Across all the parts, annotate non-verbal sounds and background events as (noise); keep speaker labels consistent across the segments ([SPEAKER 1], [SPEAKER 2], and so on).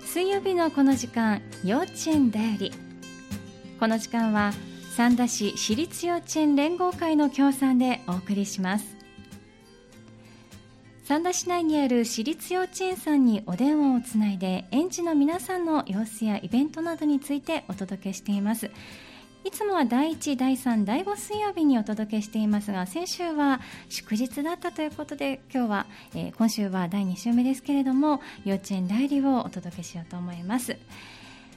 [SPEAKER 1] 水曜日のこの時間幼稚園だよりこの時間は三田市私立幼稚園連合会の協賛でお送りします三田市内にある私立幼稚園さんにお電話をつないで園児の皆さんの様子やイベントなどについてお届けしていますいつもは第1、第3、第5水曜日にお届けしていますが、先週は祝日だったということで、今日は、えー今週は第2週目ですけれども、幼稚園代理をお届けしようと思います。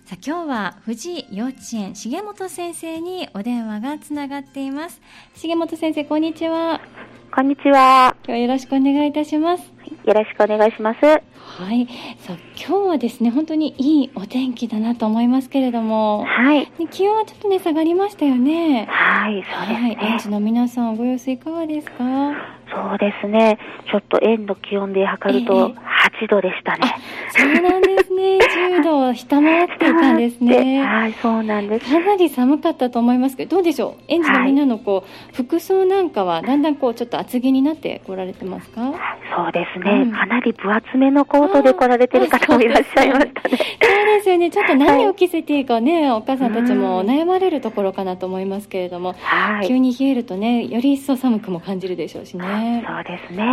[SPEAKER 1] さあ今日は藤井幼稚園重本先生にお電話がつながっています。重本先生、こんにちは。
[SPEAKER 2] こんにちは。
[SPEAKER 1] 今日はよろしくお願いいたします。
[SPEAKER 2] よろしくお願いします。は
[SPEAKER 1] はい。さあ今日はですね、本当にいいお天気だなと思いますけれども、
[SPEAKER 2] い。
[SPEAKER 1] ね気温はちょっとね、下がりましたよね。
[SPEAKER 2] はい、そうです
[SPEAKER 1] はい、園
[SPEAKER 2] ね。
[SPEAKER 1] 児の皆さん、ご様子いかがですか。
[SPEAKER 2] そうですね。ちょっと円の気温で測ると
[SPEAKER 1] ええ
[SPEAKER 2] 8度でしたね。
[SPEAKER 1] そうなんですね、10度を下回っていたんですね。
[SPEAKER 2] はい、そうなんです。
[SPEAKER 1] かなり寒かったと思いますけど、どうでしょう、園児のみんなのこう、服装なんかは、だんだんこうちょっと厚着になってこられてますか。
[SPEAKER 2] そうです
[SPEAKER 1] う
[SPEAKER 2] ね
[SPEAKER 1] ん。
[SPEAKER 2] かなり分厚めのコートで来られてる方もいらっしゃいまし
[SPEAKER 1] そう
[SPEAKER 2] たね。
[SPEAKER 1] ですよね、ちょっと何を着せていいかね、お母さんたちも悩まれるところかなと思いますけれども。
[SPEAKER 2] はい。
[SPEAKER 1] 急
[SPEAKER 2] そう
[SPEAKER 1] に冷えるとね、より一層寒くも感じるでしょうしね。
[SPEAKER 2] です
[SPEAKER 1] え
[SPEAKER 2] ね。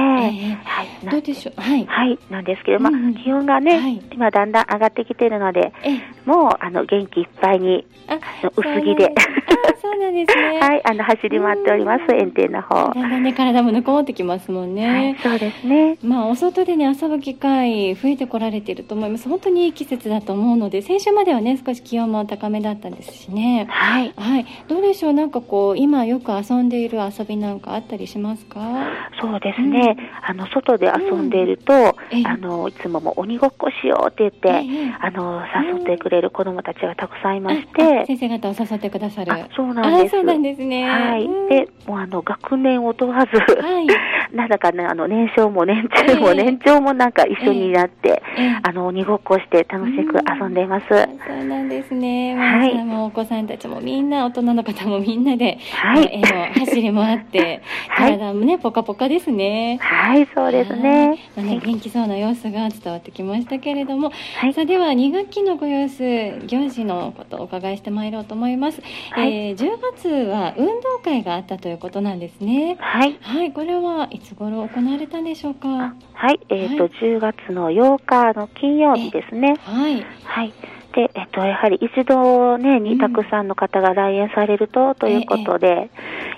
[SPEAKER 1] え
[SPEAKER 2] はい。な
[SPEAKER 1] どうでしょう、はい、
[SPEAKER 2] はい、なんですけど、まあ
[SPEAKER 1] うんうん、
[SPEAKER 2] 気温が
[SPEAKER 1] は
[SPEAKER 2] ね
[SPEAKER 1] い、
[SPEAKER 2] 今だんだん上がってきてるので、
[SPEAKER 1] ええ
[SPEAKER 2] もう、あの、元気いっぱいに、
[SPEAKER 1] あ
[SPEAKER 2] あの薄
[SPEAKER 1] そうなん
[SPEAKER 2] 着で。
[SPEAKER 1] ですあそうなんですね。
[SPEAKER 2] はい、あの、走り回っております、園庭の方。
[SPEAKER 1] だんだんね、体もぬくもってきますもん
[SPEAKER 2] はい
[SPEAKER 1] ね。、
[SPEAKER 2] そうですね。
[SPEAKER 1] まあ、お外でね、遊ぶ機会、増えてこられていると思います。本当にいい季節だと思うので、先週まではね、少し気温も高めだったんですしね。
[SPEAKER 2] はい。
[SPEAKER 1] はい。どうでしょうなんかこう、今よく遊んでいる遊びなんかあったりしますか
[SPEAKER 2] そうですね。あの、外で遊んでいると、
[SPEAKER 1] ええ
[SPEAKER 2] あの、いつももう鬼ごっこしようって言って、
[SPEAKER 1] ええ
[SPEAKER 2] あの、誘ってくれる子供たちがたくさんいまし
[SPEAKER 1] ああ
[SPEAKER 2] て、
[SPEAKER 1] 先生方を誘ってくださる。
[SPEAKER 2] あ、そうなんで
[SPEAKER 1] あ
[SPEAKER 2] す。
[SPEAKER 1] そうなんですね。
[SPEAKER 2] はい
[SPEAKER 1] うん。
[SPEAKER 2] で、もうあの、学年を問わず、
[SPEAKER 1] はい。
[SPEAKER 2] (laughs) なんだかね、あの、年少も年中
[SPEAKER 1] え
[SPEAKER 2] も
[SPEAKER 1] え
[SPEAKER 2] 年長もなんか一緒になって、
[SPEAKER 1] ええ
[SPEAKER 2] あの、鬼ごっこして楽しく遊んでいます。
[SPEAKER 1] あそうなんですね。まあ、
[SPEAKER 2] はい
[SPEAKER 1] それもお子さんたちもみんな、大人の方もみんなで、
[SPEAKER 2] はい
[SPEAKER 1] あの絵の走りもあって、
[SPEAKER 2] はい
[SPEAKER 1] 体もね、ポカポカですね。
[SPEAKER 2] はい、そうです
[SPEAKER 1] はい
[SPEAKER 2] ね。
[SPEAKER 1] まあね、元気そうな様子が伝わってきましたけれども、
[SPEAKER 2] はい
[SPEAKER 1] さあでは2学期のご様子、行事のことをお伺いしてまいろうと思います、
[SPEAKER 2] はい
[SPEAKER 1] えー10月は運動会があったということなんですね。
[SPEAKER 2] はい。
[SPEAKER 1] はい、これはいつ頃行われたんでしょうか。
[SPEAKER 2] はい、えっ、
[SPEAKER 1] は
[SPEAKER 2] と、
[SPEAKER 1] い
[SPEAKER 2] 10月の8日の金曜日ですね。
[SPEAKER 1] はい、
[SPEAKER 2] はい。で、えっと、やはり一度ね、
[SPEAKER 1] うん
[SPEAKER 2] にたくさんの方が来園されると、ということで、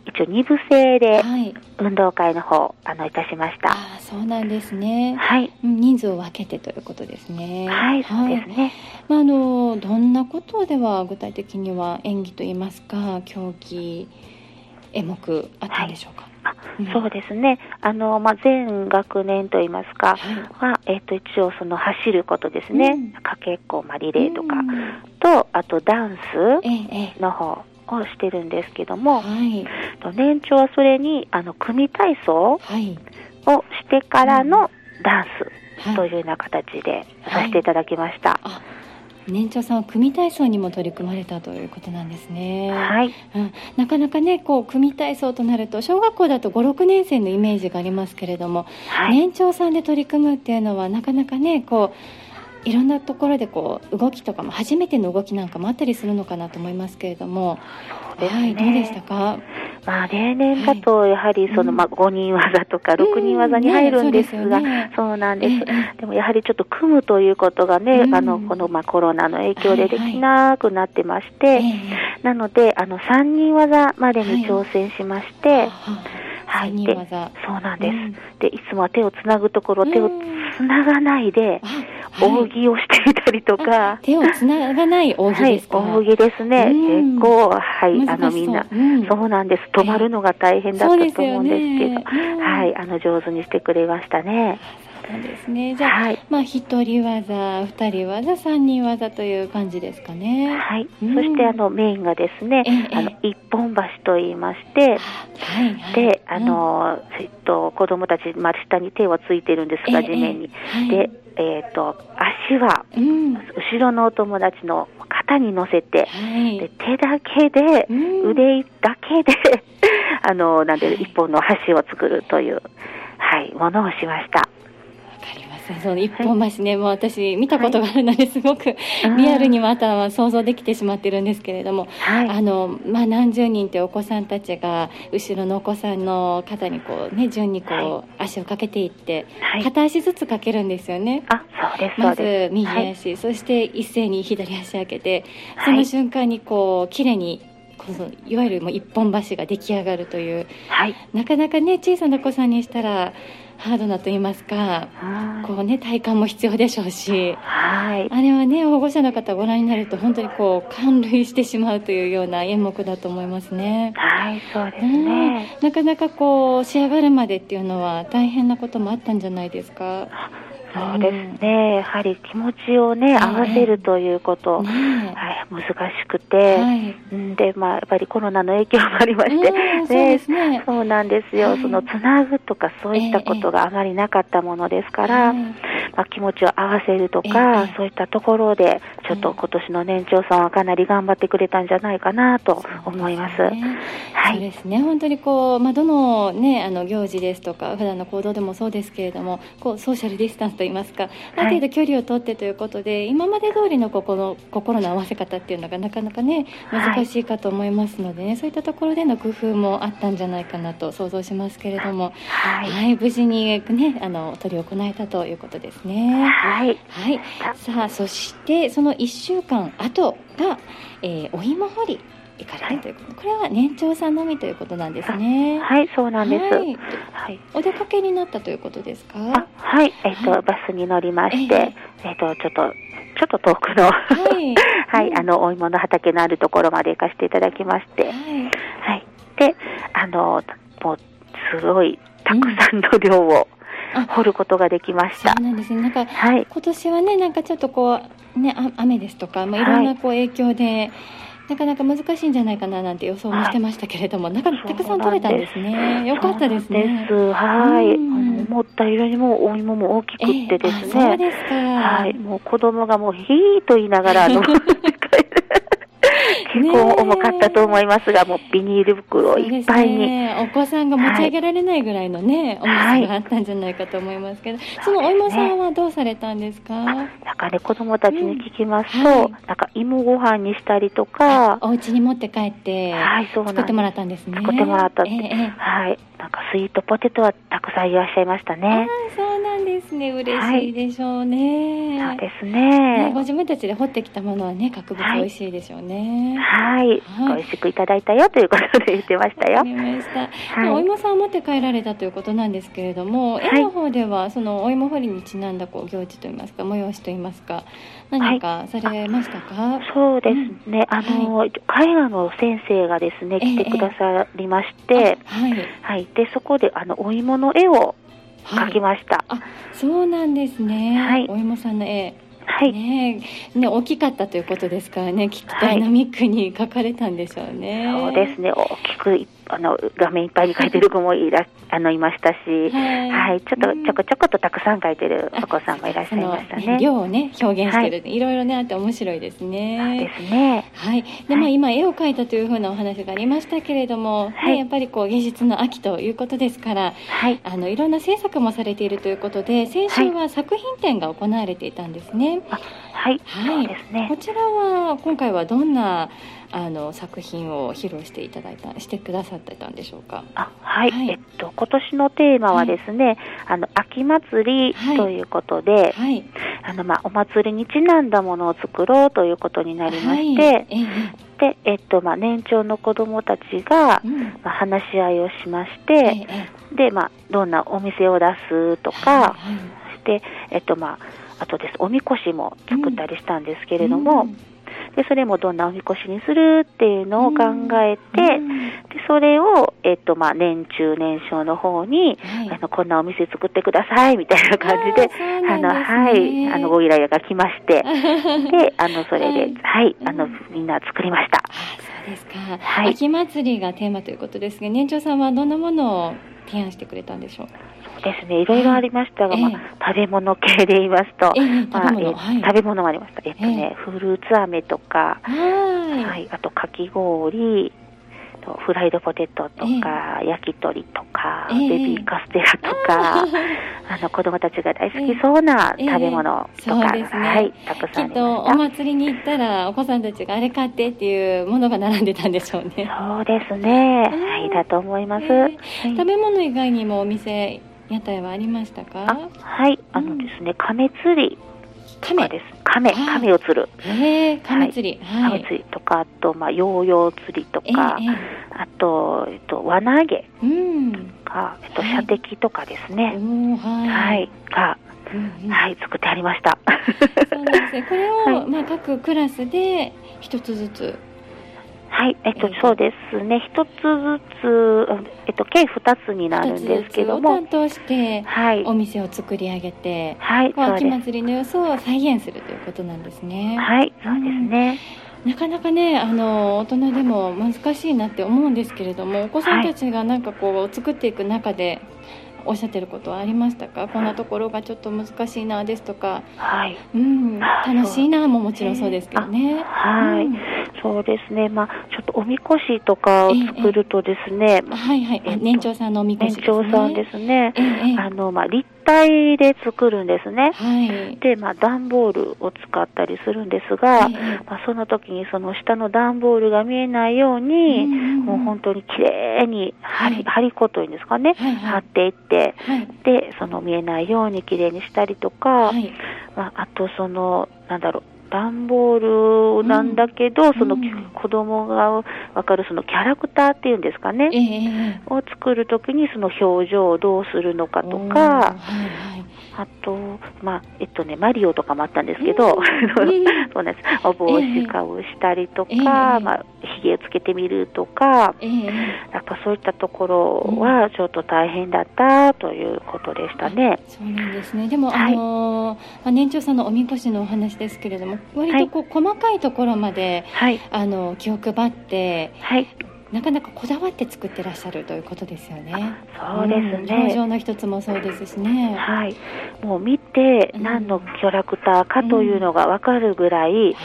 [SPEAKER 2] 一応二部制で
[SPEAKER 1] はい、
[SPEAKER 2] 運動会の方、あの、いたしました。
[SPEAKER 1] ああ、そうなんですね。
[SPEAKER 2] はい。
[SPEAKER 1] うん人数を分けてということですね。
[SPEAKER 2] はい、そうですね。
[SPEAKER 1] まあ、あのどんなことでは具体的には演技といいますか競技演目あったんでしょうか。
[SPEAKER 2] あ
[SPEAKER 1] うん
[SPEAKER 2] そうですね。あの、まあ、全学年といいます
[SPEAKER 1] は
[SPEAKER 2] か、
[SPEAKER 1] い
[SPEAKER 2] は、えっと、一応その走ることですね。
[SPEAKER 1] うん
[SPEAKER 2] かけっこ、まあ、リレーとか
[SPEAKER 1] うん、
[SPEAKER 2] と、あとダンス
[SPEAKER 1] ええええ
[SPEAKER 2] の方をしてるんですけども、
[SPEAKER 1] はい
[SPEAKER 2] と年長はそれに、あの、組体操
[SPEAKER 1] はい
[SPEAKER 2] をしてからのダンス。と
[SPEAKER 1] はいいう
[SPEAKER 2] ような形で
[SPEAKER 1] はい
[SPEAKER 2] させていただきました。
[SPEAKER 1] あ年長さんは組体操にも取り組まれたということなんですね。
[SPEAKER 2] はい、
[SPEAKER 1] うん、なかなかねこう組体操となると小学校だと56年生のイメージがありますけれども、
[SPEAKER 2] はい、
[SPEAKER 1] 年長さんで取り組むっていうのはなかなかねこういろんなところでこう動きとかも初めての動きなんかもあったりするのかなと思いますけれども、
[SPEAKER 2] そうですね
[SPEAKER 1] はい、どうでしたか
[SPEAKER 2] まあ例年だとやはりその、
[SPEAKER 1] うん
[SPEAKER 2] まあ5人技とか
[SPEAKER 1] うん
[SPEAKER 2] 6人技に入るんですが、
[SPEAKER 1] ねそうですよね
[SPEAKER 2] そうなんです、
[SPEAKER 1] ええ
[SPEAKER 2] でもやはりちょっと組むということがね、
[SPEAKER 1] うん
[SPEAKER 2] あのこのまあコロナの影響でできなくなってまして、
[SPEAKER 1] ええ
[SPEAKER 2] なのであの3人技までに挑戦しまして、
[SPEAKER 1] ええ
[SPEAKER 2] はい、
[SPEAKER 1] はあ三人
[SPEAKER 2] で
[SPEAKER 1] 技
[SPEAKER 2] そうなんです、
[SPEAKER 1] うん
[SPEAKER 2] でいつもは手をつなぐところ手を
[SPEAKER 1] うん
[SPEAKER 2] つながないで
[SPEAKER 1] あはい
[SPEAKER 2] 扇をしていたりとか、
[SPEAKER 1] 手をつながない扇ですか、
[SPEAKER 2] はい、扇ですね。
[SPEAKER 1] うん
[SPEAKER 2] 結構、はい、あ
[SPEAKER 1] 難
[SPEAKER 2] の
[SPEAKER 1] しそう
[SPEAKER 2] みんな、
[SPEAKER 1] うん
[SPEAKER 2] そうなんです。止まるのが大変だっ
[SPEAKER 1] そうで
[SPEAKER 2] た
[SPEAKER 1] す
[SPEAKER 2] と思
[SPEAKER 1] よ
[SPEAKER 2] うんですけど、
[SPEAKER 1] ねうん
[SPEAKER 2] はい、あの上手にしてくれましたね。
[SPEAKER 1] そうなんですねじゃあ、
[SPEAKER 2] はい、
[SPEAKER 1] まあ一人技二人技三人技という感じですかね
[SPEAKER 2] はい。そ
[SPEAKER 1] うん
[SPEAKER 2] してあのメインがですね
[SPEAKER 1] ええ、
[SPEAKER 2] あの一本橋と言いまして。
[SPEAKER 1] はいはい
[SPEAKER 2] で、あの、えっと、子供たち、まあ、下に手はついてるんですが、地面に。で、えっと、足は、
[SPEAKER 1] うん、うんは
[SPEAKER 2] 後ろのお友達の肩に乗せて、
[SPEAKER 1] い
[SPEAKER 2] で手だけで、
[SPEAKER 1] うん
[SPEAKER 2] 腕だけで (laughs) あのな
[SPEAKER 1] は
[SPEAKER 2] んで
[SPEAKER 1] い
[SPEAKER 2] 一本の箸を作るという、はい、ものをしました。
[SPEAKER 1] わかります。その一本橋ね、もう私見たことがあるので、すごく、リアルにもあったのは想像できてしまってるんですけれども、
[SPEAKER 2] はい
[SPEAKER 1] あの、まあ、何十人ってお子さんたちが、後ろのお子さんの方にこうね、順にこう、足をかけていって、
[SPEAKER 2] はい
[SPEAKER 1] 片足ずつかけるんですよね。
[SPEAKER 2] あそうですそ
[SPEAKER 1] ま
[SPEAKER 2] う
[SPEAKER 1] ず
[SPEAKER 2] です、
[SPEAKER 1] 右
[SPEAKER 2] はい、
[SPEAKER 1] 足、そして一斉に左足上げて、
[SPEAKER 2] はい
[SPEAKER 1] その瞬間にこう綺麗にこのいわゆるもう一本橋が出来上がるという
[SPEAKER 2] はい
[SPEAKER 1] なかなかね小さな子さんにしたらハードなと言いますか
[SPEAKER 2] うん
[SPEAKER 1] こうね体幹も必要でしょうし
[SPEAKER 2] はい
[SPEAKER 1] あれはね保護者の方ご覧になると本当にこう感涙してしまうというような演目だと思いますね。
[SPEAKER 2] はいそうです
[SPEAKER 1] うん
[SPEAKER 2] ね、
[SPEAKER 1] なかなかこう仕上がるまでっていうのは大変なこともあったんじゃないですか。
[SPEAKER 2] そうですねやはり気持ちをね合わせるということ、
[SPEAKER 1] ね
[SPEAKER 2] はい、難しく
[SPEAKER 1] え
[SPEAKER 2] て、
[SPEAKER 1] はい
[SPEAKER 2] うんでまあ、やっぱりコロナの影響もありまして、
[SPEAKER 1] うんそうですね
[SPEAKER 2] そうなんですよ、
[SPEAKER 1] はい
[SPEAKER 2] そのつなぐとか、そういったことがあまりなかったものですから、
[SPEAKER 1] はい
[SPEAKER 2] まあ、気持ちを合わせるとか、
[SPEAKER 1] ええ
[SPEAKER 2] そういったところで、ちょっ
[SPEAKER 1] う
[SPEAKER 2] と
[SPEAKER 1] ん
[SPEAKER 2] 今年の年長さんはかなり頑張ってくれたんじゃないかなと思います。
[SPEAKER 1] そうですね
[SPEAKER 2] は
[SPEAKER 1] そう
[SPEAKER 2] い、
[SPEAKER 1] ですね本当にこう、まあ、どの,、ね、あの行事ですとか普段の行動でもそうですけれどもこうソーシャルディスタンスといいますかある程度距離を取ってということで、今まで通りのここの心の合わせ方っていうのがなかなかね
[SPEAKER 2] はい
[SPEAKER 1] 難しいかと思いますのでね、そういったところでの工夫もあったんじゃないかなと想像しますけれども、
[SPEAKER 2] は
[SPEAKER 1] はい
[SPEAKER 2] い、
[SPEAKER 1] 無事に、ね、あの取り行えたということですね。
[SPEAKER 2] はい、
[SPEAKER 1] はい、さあそしてその1週間後が、えーお芋掘り行かれたということ、これは年長さんのみということなんですね。
[SPEAKER 2] はい、そうなんです。
[SPEAKER 1] はい
[SPEAKER 2] はい
[SPEAKER 1] お出かけになったということですか。
[SPEAKER 2] あはい、えっ、と、
[SPEAKER 1] はい
[SPEAKER 2] バスに乗りまして、えっ、と、ちょっと、ちょっと遠くの、
[SPEAKER 1] はい
[SPEAKER 2] (laughs) はい、
[SPEAKER 1] うん
[SPEAKER 2] あの、お芋の畑のあるところまで行かせていただきまして、
[SPEAKER 1] はい、
[SPEAKER 2] はい、で、あの、もう、すごい、たくさんの量を
[SPEAKER 1] あ
[SPEAKER 2] 掘ることができまし
[SPEAKER 1] そ
[SPEAKER 2] た
[SPEAKER 1] う。なんですね。なんか
[SPEAKER 2] はい、
[SPEAKER 1] 今年はねなんかちょっとこうねあ雨ですとかまあいろんなこう影響で、なかなか難しいんじゃないかななんて予想もしてましたけれども、なんかたくさん取れたんですね。よかったですね。
[SPEAKER 2] そうなんですはい、
[SPEAKER 1] うん
[SPEAKER 2] 思った以上にもうお芋も大きくってで
[SPEAKER 1] え
[SPEAKER 2] すね。
[SPEAKER 1] ーあそうですか。
[SPEAKER 2] はい、もう子供がもう、ひーと言いながら、
[SPEAKER 1] (laughs)
[SPEAKER 2] あの、結構重かったと思いますが、もうビニール袋いっぱ
[SPEAKER 1] そうで
[SPEAKER 2] いに。
[SPEAKER 1] すね、お子さんが持ち上げられないぐらいのね、
[SPEAKER 2] はい
[SPEAKER 1] 重さがあったんじゃないかと思いますけど、そ
[SPEAKER 2] そうですね
[SPEAKER 1] のお芋さんはどうされたんですか
[SPEAKER 2] なんかね、子供たちに聞きますと、
[SPEAKER 1] うんはい
[SPEAKER 2] なんか芋ご飯にしたりとか、
[SPEAKER 1] お家に持って帰って
[SPEAKER 2] はい、そうなん
[SPEAKER 1] 作ってもらったんですね
[SPEAKER 2] 作ってもらったって
[SPEAKER 1] ええええ
[SPEAKER 2] はい、なんかスイートポテトはたくさんいらっしゃいました
[SPEAKER 1] ああ
[SPEAKER 2] ね。
[SPEAKER 1] そうなんですね嬉しいでしょうね,、
[SPEAKER 2] そうです
[SPEAKER 1] ご
[SPEAKER 2] ね。
[SPEAKER 1] 自分たちで掘ってきたものはね格別
[SPEAKER 2] はい
[SPEAKER 1] 美味しいでしょうね、
[SPEAKER 2] はい、
[SPEAKER 1] はい
[SPEAKER 2] 美味しくいただいたよということで言ってました
[SPEAKER 1] わか
[SPEAKER 2] よ。
[SPEAKER 1] りました、
[SPEAKER 2] はい
[SPEAKER 1] お芋さんを持って帰られたということなんですけれども、
[SPEAKER 2] はい
[SPEAKER 1] 絵の方ではそのお芋掘りにちなんだこう行事といいますか催しといいますか何かされましたか、
[SPEAKER 2] そうですね、あの、絵画の先生がですね、
[SPEAKER 1] ええ
[SPEAKER 2] 来てくださりまし
[SPEAKER 1] あ
[SPEAKER 2] て、
[SPEAKER 1] はい、
[SPEAKER 2] はい、でそこであのお芋の絵を
[SPEAKER 1] は
[SPEAKER 2] 描
[SPEAKER 1] い
[SPEAKER 2] きました。
[SPEAKER 1] あそうなんですね、
[SPEAKER 2] はい
[SPEAKER 1] お芋さんの絵、
[SPEAKER 2] はい、
[SPEAKER 1] ねえね大きかったということですからねきっと
[SPEAKER 2] はい
[SPEAKER 1] ダイナミックに描かれたんでしょうね、
[SPEAKER 2] そうですね、大きくいあの画面いっぱいに描いてる子もい
[SPEAKER 1] (laughs)
[SPEAKER 2] らあのいましたし、
[SPEAKER 1] はい
[SPEAKER 2] はい、ちょっとちょこちょことたくさん描いてるお子さんがいらっしゃ
[SPEAKER 1] そ
[SPEAKER 2] い
[SPEAKER 1] の
[SPEAKER 2] ました
[SPEAKER 1] ね
[SPEAKER 2] ね。
[SPEAKER 1] 量をね表現してる、い、ろいろねあって面白いです
[SPEAKER 2] そう
[SPEAKER 1] ね
[SPEAKER 2] ですね。
[SPEAKER 1] はい、でまあ、今、絵を描いたというふうなお話がありましたけれども、
[SPEAKER 2] はい
[SPEAKER 1] ねやっぱりこう芸術の秋ということですから
[SPEAKER 2] はい、
[SPEAKER 1] あのいろんな制作もされているということで先週は作品展が行われていたんですね、
[SPEAKER 2] はい、
[SPEAKER 1] は
[SPEAKER 2] そう
[SPEAKER 1] い
[SPEAKER 2] ですね
[SPEAKER 1] こ。ちらは今回はどんなあの作品を披露していただいたしてくださってたんでしょうか。
[SPEAKER 2] あはい、
[SPEAKER 1] はい
[SPEAKER 2] えっと今年のテーマはですね、あの秋祭り
[SPEAKER 1] はい
[SPEAKER 2] ということで、
[SPEAKER 1] はい、
[SPEAKER 2] あのまあお祭りにちなんだものを作ろうということになりまして、
[SPEAKER 1] はいええ
[SPEAKER 2] でえっとまあ年長の子どもたちが、
[SPEAKER 1] うん
[SPEAKER 2] まあ、話し合いをしまし
[SPEAKER 1] え
[SPEAKER 2] て、
[SPEAKER 1] ええ
[SPEAKER 2] で、まあ、どんなお店を出すと
[SPEAKER 1] え
[SPEAKER 2] か、
[SPEAKER 1] はいはい
[SPEAKER 2] で、えっと、まあ、あとです、おみこしも作ったりしたんですけれど
[SPEAKER 1] う
[SPEAKER 2] も、
[SPEAKER 1] ん
[SPEAKER 2] で、それもどんなおみこしにするっていうのを考えて、
[SPEAKER 1] うん
[SPEAKER 2] で、それを、えっと、まあ、年中年少の方に、
[SPEAKER 1] はい
[SPEAKER 2] あの、こんなお店作ってください、みたいな感じで、
[SPEAKER 1] あーそう
[SPEAKER 2] の、
[SPEAKER 1] なん
[SPEAKER 2] は
[SPEAKER 1] です
[SPEAKER 2] い、
[SPEAKER 1] ね
[SPEAKER 2] あの、ご依頼が来まして、
[SPEAKER 1] (laughs)
[SPEAKER 2] で、あの、それで、はい、
[SPEAKER 1] うん
[SPEAKER 2] あの、みんな作りました。
[SPEAKER 1] あそうですか、
[SPEAKER 2] はい
[SPEAKER 1] 秋祭りがテーマということですが年長さんはどんなものを提案してくれたんでしょう
[SPEAKER 2] そうですね、いろいろありましたが、
[SPEAKER 1] ええ
[SPEAKER 2] まあ、食べ物系で言いますと、
[SPEAKER 1] ええ
[SPEAKER 2] まあ
[SPEAKER 1] 食べ物
[SPEAKER 2] え
[SPEAKER 1] はい
[SPEAKER 2] 食べ物もありました。えっとね、フルーツ飴とか、
[SPEAKER 1] (laughs) はい
[SPEAKER 2] はい、あとかき氷、とフライドポテトとか、焼き鳥とか、ベビーカステラとか、あの子供たちが大好きそうな食べ物とか、はい、たくさんありました。きっと
[SPEAKER 1] お祭りに行ったらお子さんたちがあれ買ってっていうものが並んでたんでしょうね。
[SPEAKER 2] そうですね。はい、だと思います。
[SPEAKER 1] 食べ物以外にもお店屋台はありましたか？
[SPEAKER 2] はい、あのですね、亀釣り。亀です。亀、亀を釣る。
[SPEAKER 1] へえ、亀釣り。
[SPEAKER 2] 亀釣りとか、あと、まあ、ヨーヨー釣りとか、あと、えっと、輪投げとか、えっと、射的とかですね。はい。が、はい、作ってありました。
[SPEAKER 1] そうですね。これを、まあ、各クラスで一つずつ。
[SPEAKER 2] はい、えっと、そうですね。一つずつ、えっと、計二つになるんですけども。
[SPEAKER 1] 担当して、はい、お店を作り上げて、はい、秋祭りの様子を再現するということなんですね。
[SPEAKER 2] はい、そうですね。
[SPEAKER 1] なかなかね、あの大人でも難しいなって思うんですけれども、お子さんたちがなんかこう作っていく中で。おっしゃってることはありましたかこんなところがちょっと難しいなですとか、
[SPEAKER 2] はい、
[SPEAKER 1] うん、楽しいなももちろんそうですけどね。
[SPEAKER 2] はい、うん、そうですね、まあ、ちょっとおみこしとかを作るとですね、
[SPEAKER 1] はいはい、年長さんのおみこし、
[SPEAKER 2] ね、年長さんですね、あのまあ、立体で作るんですね、
[SPEAKER 1] はい、
[SPEAKER 2] で、まあ、段ボールを使ったりするんですが、まあ、その時にその下の段ボールが見えないように、もう本当にきれいに針,、はい、針子というんですかね、はいはい、貼っていって。っ、はい、でその見えないようにきれいにしたりとか、はい、まあ、あとそのなんだろう段ボールなんだけど、うん、その子供が分かるそのキャラクターっていうんですかね、えー、を作る時にその表情をどうするのかとか、はいはい、あと、まあえっとね、マリオとかもあったんですけ (laughs) ど、うん、そうですお帽子かぶしたりとか、えー、まあ、ひげをつけてみるとか、えー、やっぱそういったところはちょっと大変だったということでしたね。
[SPEAKER 1] そうなんですねでも、はい、あのまあ、年長さんのおみこしのお話ですけれども割とこう、はい、細かいところまで、はい、あの気を配って、
[SPEAKER 2] はい、
[SPEAKER 1] なかなかこだわって作ってらっしゃるということですよね。
[SPEAKER 2] そうですね。
[SPEAKER 1] 表情の一つもそうですしね。
[SPEAKER 2] はい。もう見て何のキャラクターかというのがわかるぐらい、うんうんはい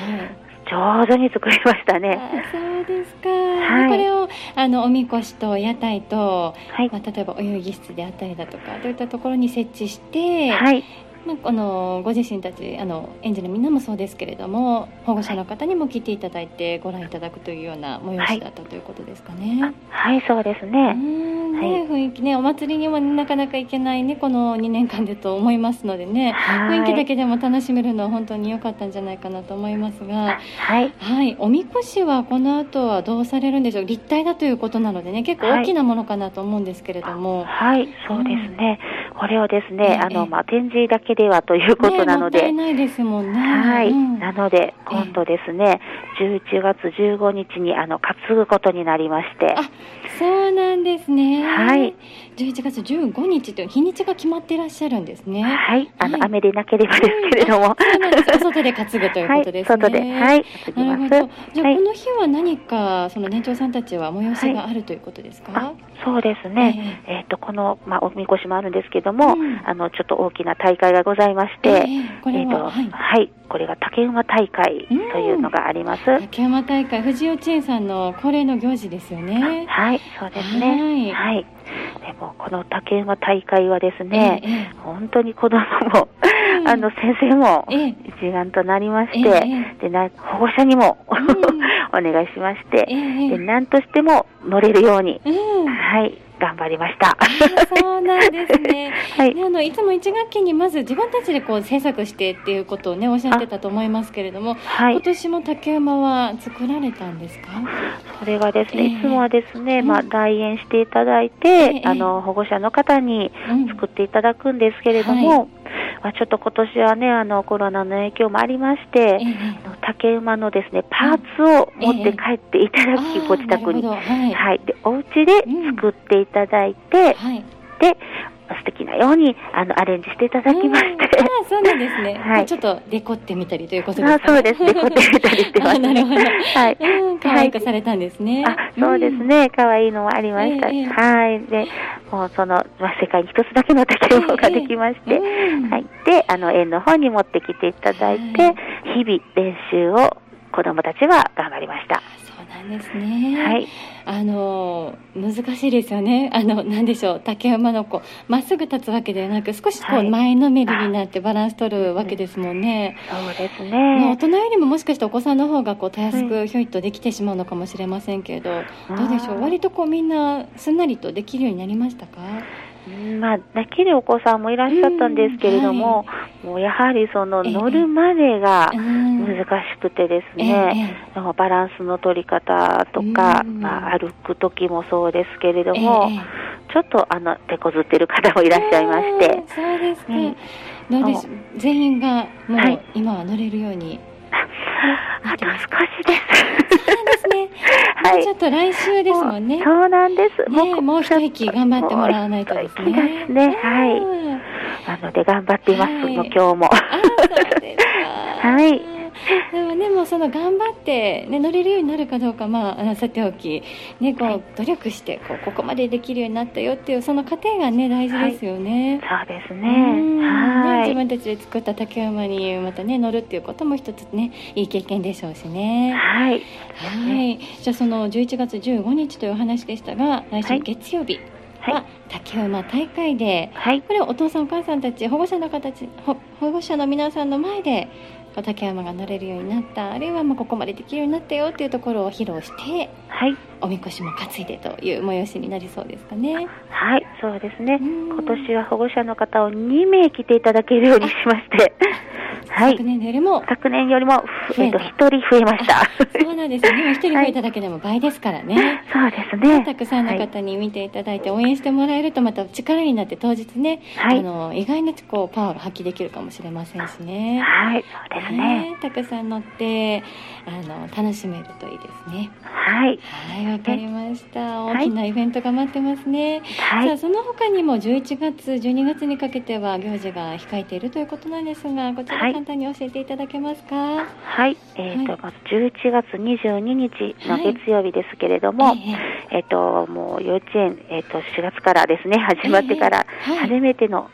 [SPEAKER 2] 上手に作りましたね。
[SPEAKER 1] そうですか。はい、これをあのおみこしと屋台と、はい、まあ例えばお遊戯室であったりだとかといったところに設置して、
[SPEAKER 2] はい、
[SPEAKER 1] まあ、あのご自身たちあの園児のみんなもそうですけれども保護者の方にも来ていただいてご覧いただくというような催しだった、はい、ということですかね。
[SPEAKER 2] はい、そうです
[SPEAKER 1] う
[SPEAKER 2] ね。
[SPEAKER 1] んね、はい、雰囲気ねお祭りにもなかなか行けないねこの2年間でと思いますのでね、はい、雰囲気だけでも楽しめるのは本当に良かったんじゃないかなと思いますが、
[SPEAKER 2] はい、
[SPEAKER 1] はい、おみこしはこの後はどうされるんでしょう立体だということなのでね結構大きなものかなと思うんですけれども。
[SPEAKER 2] はい、そうですね。これをですね、あのまあ展示だけではということなので、
[SPEAKER 1] ね、ないですもんね。
[SPEAKER 2] はい、うん、なので今度ですね、11月15日にあの担ぐことになりまして、
[SPEAKER 1] あ、そうなんですね。
[SPEAKER 2] はい。
[SPEAKER 1] 11月15日という日にちが決まっていらっしゃるんですね。
[SPEAKER 2] はい、あの、はい、雨でなければですけれども、
[SPEAKER 1] うん、外で担ぐということですね。
[SPEAKER 2] はい、外で、はい、
[SPEAKER 1] 担ぎます。じゃあ、はい、この日は何かその年長さんたちは催しがあるということですか？
[SPEAKER 2] そうですね。えっ、とこのまあおみこしもあるんですけど。も、うん、あのちょっと大きな大会がございまして、え
[SPEAKER 1] ー、これは、
[SPEAKER 2] はい、はい、これが竹馬大会というのがあります。
[SPEAKER 1] 竹馬大会、藤幼稚園さんの恒例の行事ですよね。
[SPEAKER 2] はい、そうですね。はい,はいでもこの竹馬大会はですね、えー、本当に子供も、うん、あの先生も一丸となりまして、えー、でな保護者にもうん、 (laughs) お願いしまして、えー、で何としても乗れるように、はい、頑張りました。
[SPEAKER 1] そうなんです
[SPEAKER 2] (laughs)
[SPEAKER 1] ね。はい、あのいつも1学期にまず自分たちでこう制作してっていうことをねおっしゃってたと思いますけれども、はい、今年も竹馬は作られたんですか？
[SPEAKER 2] それがですね、えー、いつもはですね、まあ来園していただいて、えー、あの保護者の方に作っていただくんですけれども。うんはいまあ、ちょっと今年はねあのコロナの影響もありまして、えー、竹馬のですねパーツを持って帰っていただき、えー、ご自宅に、はい、はい、でお家で作っていただいて、うんはい、で素敵なようにあのアレンジしていただきまして、あ
[SPEAKER 1] そうなんですね、はい、ちょっとデコってみたりということです
[SPEAKER 2] ねそうですデコってみたりしてます、
[SPEAKER 1] なるほど、はい、可愛くされたんですね、
[SPEAKER 2] あそうですね可愛いのもありました、はいでもうその、まあ、世界に一つだけの竹馬ができまして、はいであの園の方に持ってきていただいて、日々練習を子どもたちは頑張りました
[SPEAKER 1] そうなんですね。
[SPEAKER 2] はい。
[SPEAKER 1] あの難しいですよね。あのなんでしょう竹馬のこうまっすぐ立つわけではなく少しこう前のめりになってバランス取るわけですもんね。
[SPEAKER 2] はい、そうです
[SPEAKER 1] 大
[SPEAKER 2] ね。
[SPEAKER 1] 人よりももしかしてお子さんの方がこうたやすくひょいっとできてしまうのかもしれませんけれど、うん、どうでしょう。割とこうみんなすんなりとできるようになりましたか。
[SPEAKER 2] まあ、できるお子さんもいらっしゃったんですけれども、うんはい、もうやはりその乗るまでが難しくてですね、えー、バランスの取り方とか、うん、まあ、歩く時もそうですけれども、えー、ちょっとあの手こずってる方もいらっしゃいまして、
[SPEAKER 1] えー、そうですね、うん、どうです全員がもう今は乗れるよう
[SPEAKER 2] (laughs)
[SPEAKER 1] に、
[SPEAKER 2] はい、あと少しです。
[SPEAKER 1] そうですね。はい、ちょっと来週ですもんね。
[SPEAKER 2] そうなんです。
[SPEAKER 1] ね、もう一息頑張ってもらわないとですね。
[SPEAKER 2] すねはい。なので頑張っています。はい、今日も。はい。
[SPEAKER 1] でもね、もうその頑張って、ね、乗れるようになるかどうか、まあ、さておき、ね、こう努力してこうここまでできるようになったよっていうその過程が、ね、大事ですよね、、
[SPEAKER 2] はい、そうですねはい
[SPEAKER 1] ね、自分たちで作った竹馬にまた、ね、乗るっていうことも一つ、ね、いい経験でしょうしね。
[SPEAKER 2] はい、
[SPEAKER 1] はい、じゃあその11月15日というお話でしたが来週月曜日、はいは竹馬大会で、
[SPEAKER 2] はい、
[SPEAKER 1] これお父さんお母さんたち保護者の方保護者の皆さんの前で竹山が乗れるようになったあるいはまあここまでできるようになったよっていうところを披露して、
[SPEAKER 2] はい、
[SPEAKER 1] おみこしも担いでという催しになりそうですかね
[SPEAKER 2] はいそうですね今年は保護者の方を2名来ていただけるようにしまして
[SPEAKER 1] はい、昨年よりも
[SPEAKER 2] 昨年よりも、えっと、1人増えました
[SPEAKER 1] そうなんですね1人増えただけでも倍ですからね、はい、
[SPEAKER 2] そうですね
[SPEAKER 1] たくさんの方に見ていただいて応援してもらえるとまた力になって当日ね、
[SPEAKER 2] はい、
[SPEAKER 1] あの意外なこうパワーが発揮できるかもしれませんしね
[SPEAKER 2] はいそうですね、
[SPEAKER 1] たくさん乗ってあの楽しめるといいですね
[SPEAKER 2] はい
[SPEAKER 1] はいわかりました大きなイベントが待ってますね、はい、さあその他にも11月12月にかけては行事が控えているということなんですがこちら簡単に教えていただけますか。
[SPEAKER 2] はい、えっ、ー、と、はい、まず11月22日の月曜日ですけれども、はい、えっ、ともう幼稚園えっ、ー、と4月からですね始まってから初めての、はい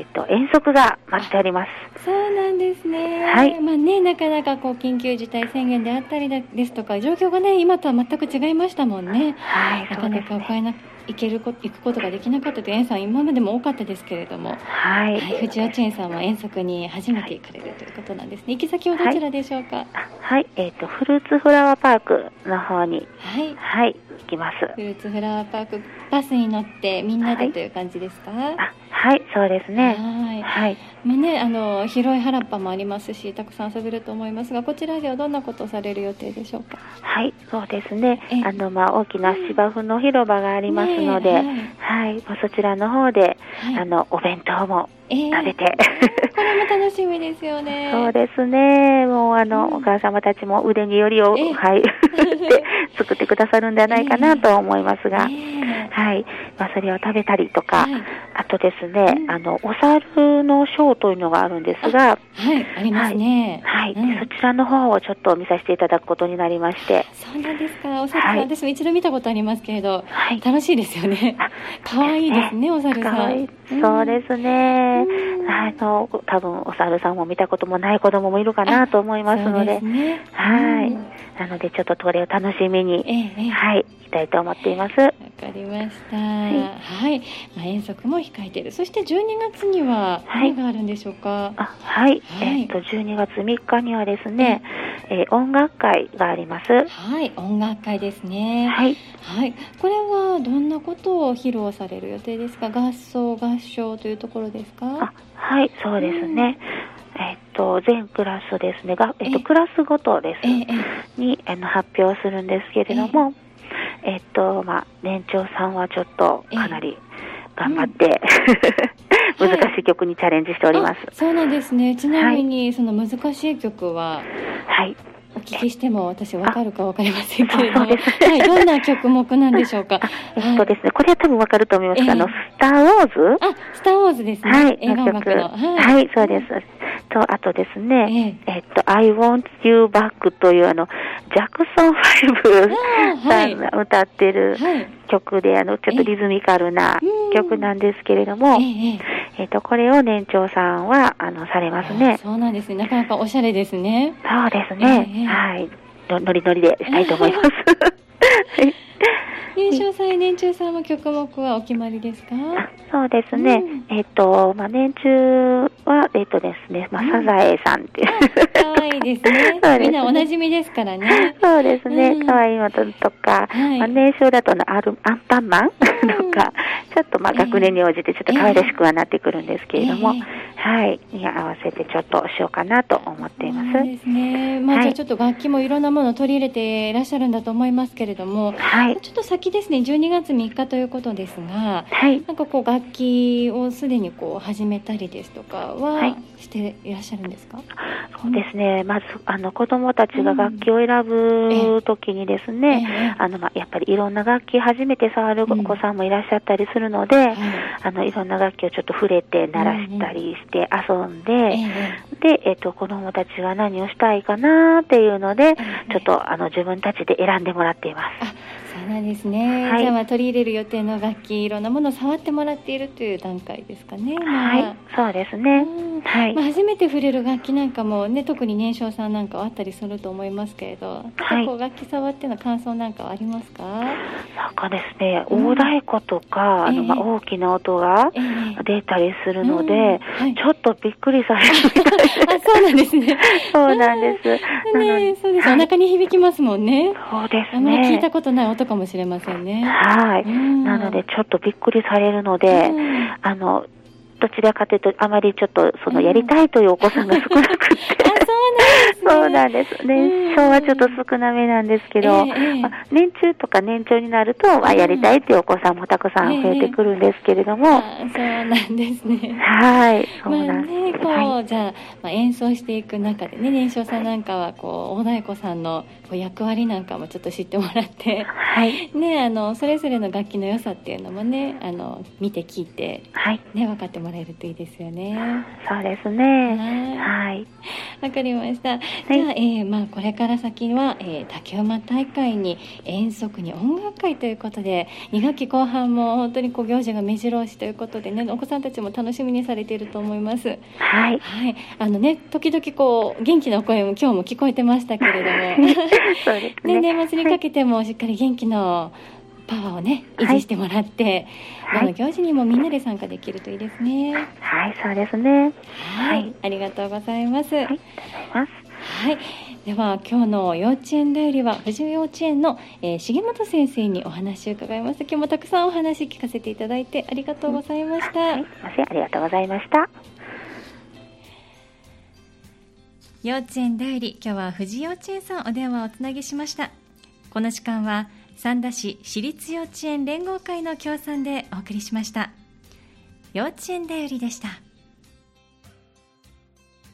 [SPEAKER 2] えーと、と遠足が待っております
[SPEAKER 1] そうなんですね,、
[SPEAKER 2] はい
[SPEAKER 1] まあね、ねなかなかこう緊急事態宣言であったりですとか状況が、ね、今とは全く違いましたもんね、
[SPEAKER 2] はい、
[SPEAKER 1] なかなかお買いな、ね、行けるこ行くことができなかったという園さん今までも多かったですけれども、
[SPEAKER 2] はい、
[SPEAKER 1] はい、幼稚園さんは遠足に初めて行かれるということなんですね、はい、行き先はどちらでしょうか
[SPEAKER 2] はい、えーと、とフルーツフラワーパークの方に
[SPEAKER 1] はい、
[SPEAKER 2] はい、行きます
[SPEAKER 1] フルーツフラワーパークバスに乗ってみんなでという感じですか、
[SPEAKER 2] はい、そうですね。
[SPEAKER 1] はい,
[SPEAKER 2] はい。
[SPEAKER 1] まあね、あの広い原っぱもありますし、たくさん遊べると思いますが、こちらではどんなことをされる予定でしょうか。
[SPEAKER 2] はい、そうですね。あのまあ大きな芝生の広場がありますので、はい、はい、そちらの方で、はい、あのお弁当も食べて、え
[SPEAKER 1] ー、これも楽しみですよね。
[SPEAKER 2] そうですね。もうあの、うん、お母様たちも腕によりを、えー、はい (laughs) 作ってくださるんではないかなと思いますが、えー、はい、まあそれを食べたりとか、はい、あとですね、うん、あのお猿のショーというのがあるんですが、
[SPEAKER 1] はい、ありますね。
[SPEAKER 2] はい、そちらの方をちょっと見させていただくことになりまして。
[SPEAKER 1] そうなんですか。お猿さん、私も一度見たことありますけれど、はい、楽しいですよ
[SPEAKER 2] (laughs)
[SPEAKER 1] ね。可愛いですね、お猿さん。
[SPEAKER 2] そうですね。あの多分お猿さんも見たこともない子供もいるかなと思いますので、
[SPEAKER 1] ね、
[SPEAKER 2] はい、うん、なのでちょっとこれを楽しみに、ええ、はい、行きたいと思っています。わ
[SPEAKER 1] かりました。はい、はい、まあ、遠足も控えている。そして12月には何があるんでしょうか。
[SPEAKER 2] はい、はい、えっと12月3日にはですね、えー、音楽会があります。
[SPEAKER 1] はい、音楽会ですね。
[SPEAKER 2] はい、
[SPEAKER 1] はい、これはどんなことを披露される予定ですか。合奏合唱というところですか。
[SPEAKER 2] はい、そうですね。うん、えっと全クラスですねが、えっとクラスごとですにあの発表するんですけれども、えっとまあ年長さんはちょっとかなり頑張って、うん、 (laughs) 難しい曲にチャレンジしております。はい、
[SPEAKER 1] そうなんですね。ちなみに、はい、その難しい曲は、
[SPEAKER 2] はい。
[SPEAKER 1] お聞きしても私わかるかわかりませんけれ
[SPEAKER 2] (laughs)
[SPEAKER 1] ども、はい、どんな曲目なんでしょうか。
[SPEAKER 2] えっとですね、これは多分わかると思いますが、あの、スターウォーズ
[SPEAKER 1] あ、スターウォーズですね。
[SPEAKER 2] はい、
[SPEAKER 1] 映画音楽の。
[SPEAKER 2] はい、そうです。と、あとですね、えっと、I want you back というあの、ジャクソン5さんが歌ってる曲で、あの、ちょっとリズミカルな曲なんですけれども、えっと、これを年長さんは、あの、されますね。
[SPEAKER 1] そうなんですね。なかなかおしゃれですね。
[SPEAKER 2] そうですね。はい。ノリノリでしたいと思います。
[SPEAKER 1] (laughs)
[SPEAKER 2] はい
[SPEAKER 1] 年少さんや年中さんも曲目はお決まりですか
[SPEAKER 2] そうですね、うん、えっ、ー、と、まあ、年中は、えっ、ー、とですね、まあ、サザエさんっていう。
[SPEAKER 1] かわいいで
[SPEAKER 2] (laughs)
[SPEAKER 1] すね。すねみんなおなじみですからね。
[SPEAKER 2] そうですね、かわいいのとか、はい、まあ、年少だとアルアンパンマンとか、ちょっとまあ学年に応じてちょっと可愛らしくはなってくるんですけれども、えーえー、はい、に合わせてちょっとしようかなと思っています。そう
[SPEAKER 1] ですね。まあ、じゃちょっと楽器もいろんなものを取り入れていらっしゃるんだと思いますけれども、
[SPEAKER 2] はい。
[SPEAKER 1] ちょっと先ですね12月3日ということですが、
[SPEAKER 2] はい、
[SPEAKER 1] なんかこう楽器をすでにこう始めたりですとかはしていらっしゃるんですか、はい、
[SPEAKER 2] そうですね、まずあの子どもたちが楽器を選ぶ時にですね、うん、あのまあ、やっぱりいろんな楽器初めて触るお子さんもいらっしゃったりするので、うんはい、あのいろんな楽器をちょっと触れて鳴らしたりして遊んで、うん、で、えー、っと、と子どもたちが何をしたいかなっていうので、ちょっとあの自分たちで選んでもらっています。
[SPEAKER 1] そうですね、はい、じゃあまあ取り入れる予定の楽器いろんなものを触ってもらっているという段階ですかね、
[SPEAKER 2] まあ、はいそうですね、はい
[SPEAKER 1] まあ、初めて触れる楽器なんかもね特に年少さんなんかはあったりすると思いますけれど、はい、こう楽器触っての感想なんかはありますか
[SPEAKER 2] なんかですね大太鼓とか、うん、あのまあ大きな音が出たりするので、えーえーうんはい、ちょっとびっくり (laughs) されるみたいで
[SPEAKER 1] あそうなんですね
[SPEAKER 2] (laughs) そうなんです、
[SPEAKER 1] (laughs) ね、そうですお腹に響きますもんね
[SPEAKER 2] そうです、ね、あ
[SPEAKER 1] んまり聞いたことない音かもしれませんね。
[SPEAKER 2] はい、うん、なので、ちょっとびっくりされるので、うん、あの、どちらかというと、あまりちょっと、その、やりたいというお子さんが少なくて、 (laughs)
[SPEAKER 1] うん、
[SPEAKER 2] そうなんですね。年少はちょっと少なめなんですけど、えーまあ、年中とか年長になると、まあ、やりたいというお子さんもたくさん増えてくるんですけれども。
[SPEAKER 1] えー、そうなんですね。
[SPEAKER 2] はい。
[SPEAKER 1] そうなんです。まあね、こう、はい、じゃあ、まあ、演奏していく中でね、年少さんなんかは、こう、大太鼓さんの、役割なんかもちょっと知ってもらって、
[SPEAKER 2] はい、
[SPEAKER 1] ね、あのそれぞれの楽器の良さっていうのもねあの見て聞いて、
[SPEAKER 2] はい、
[SPEAKER 1] ね、分かってもらえるといいですよね。
[SPEAKER 2] そうですねはい
[SPEAKER 1] わかりました、はい、じゃあ、えー、まあ、これから先は、えー、竹馬大会に遠足に音楽会ということで2学期後半も本当にこう行事が目白押しということでねお子さんたちも楽しみにされていると思います。
[SPEAKER 2] はい、 (laughs)
[SPEAKER 1] はい、あのね時々こう元気な声も今日も聞こえてましたけれども。 (laughs)
[SPEAKER 2] そうですね。
[SPEAKER 1] 年末にかけてもしっかり元気のパワーをね、維持してもらって、はい、の行事にもみんなで参加できるといいですね。
[SPEAKER 2] はい、そうですね。
[SPEAKER 1] はい、ありがとうございます。
[SPEAKER 2] はい、ありがとうございます。、
[SPEAKER 1] はい。では今日の幼稚園だよりは藤尾幼稚園の、えー、重本先生にお話を伺いました今日もたくさんお話聞かせていただいてありがとうございました、はい
[SPEAKER 2] すいませんありがとうございました
[SPEAKER 1] 幼稚園だより今日は藤幼稚園さんお電話をおつなぎしましたこの時間は三田市私立幼稚園連合会の協賛でお送りしました幼稚園だよりでした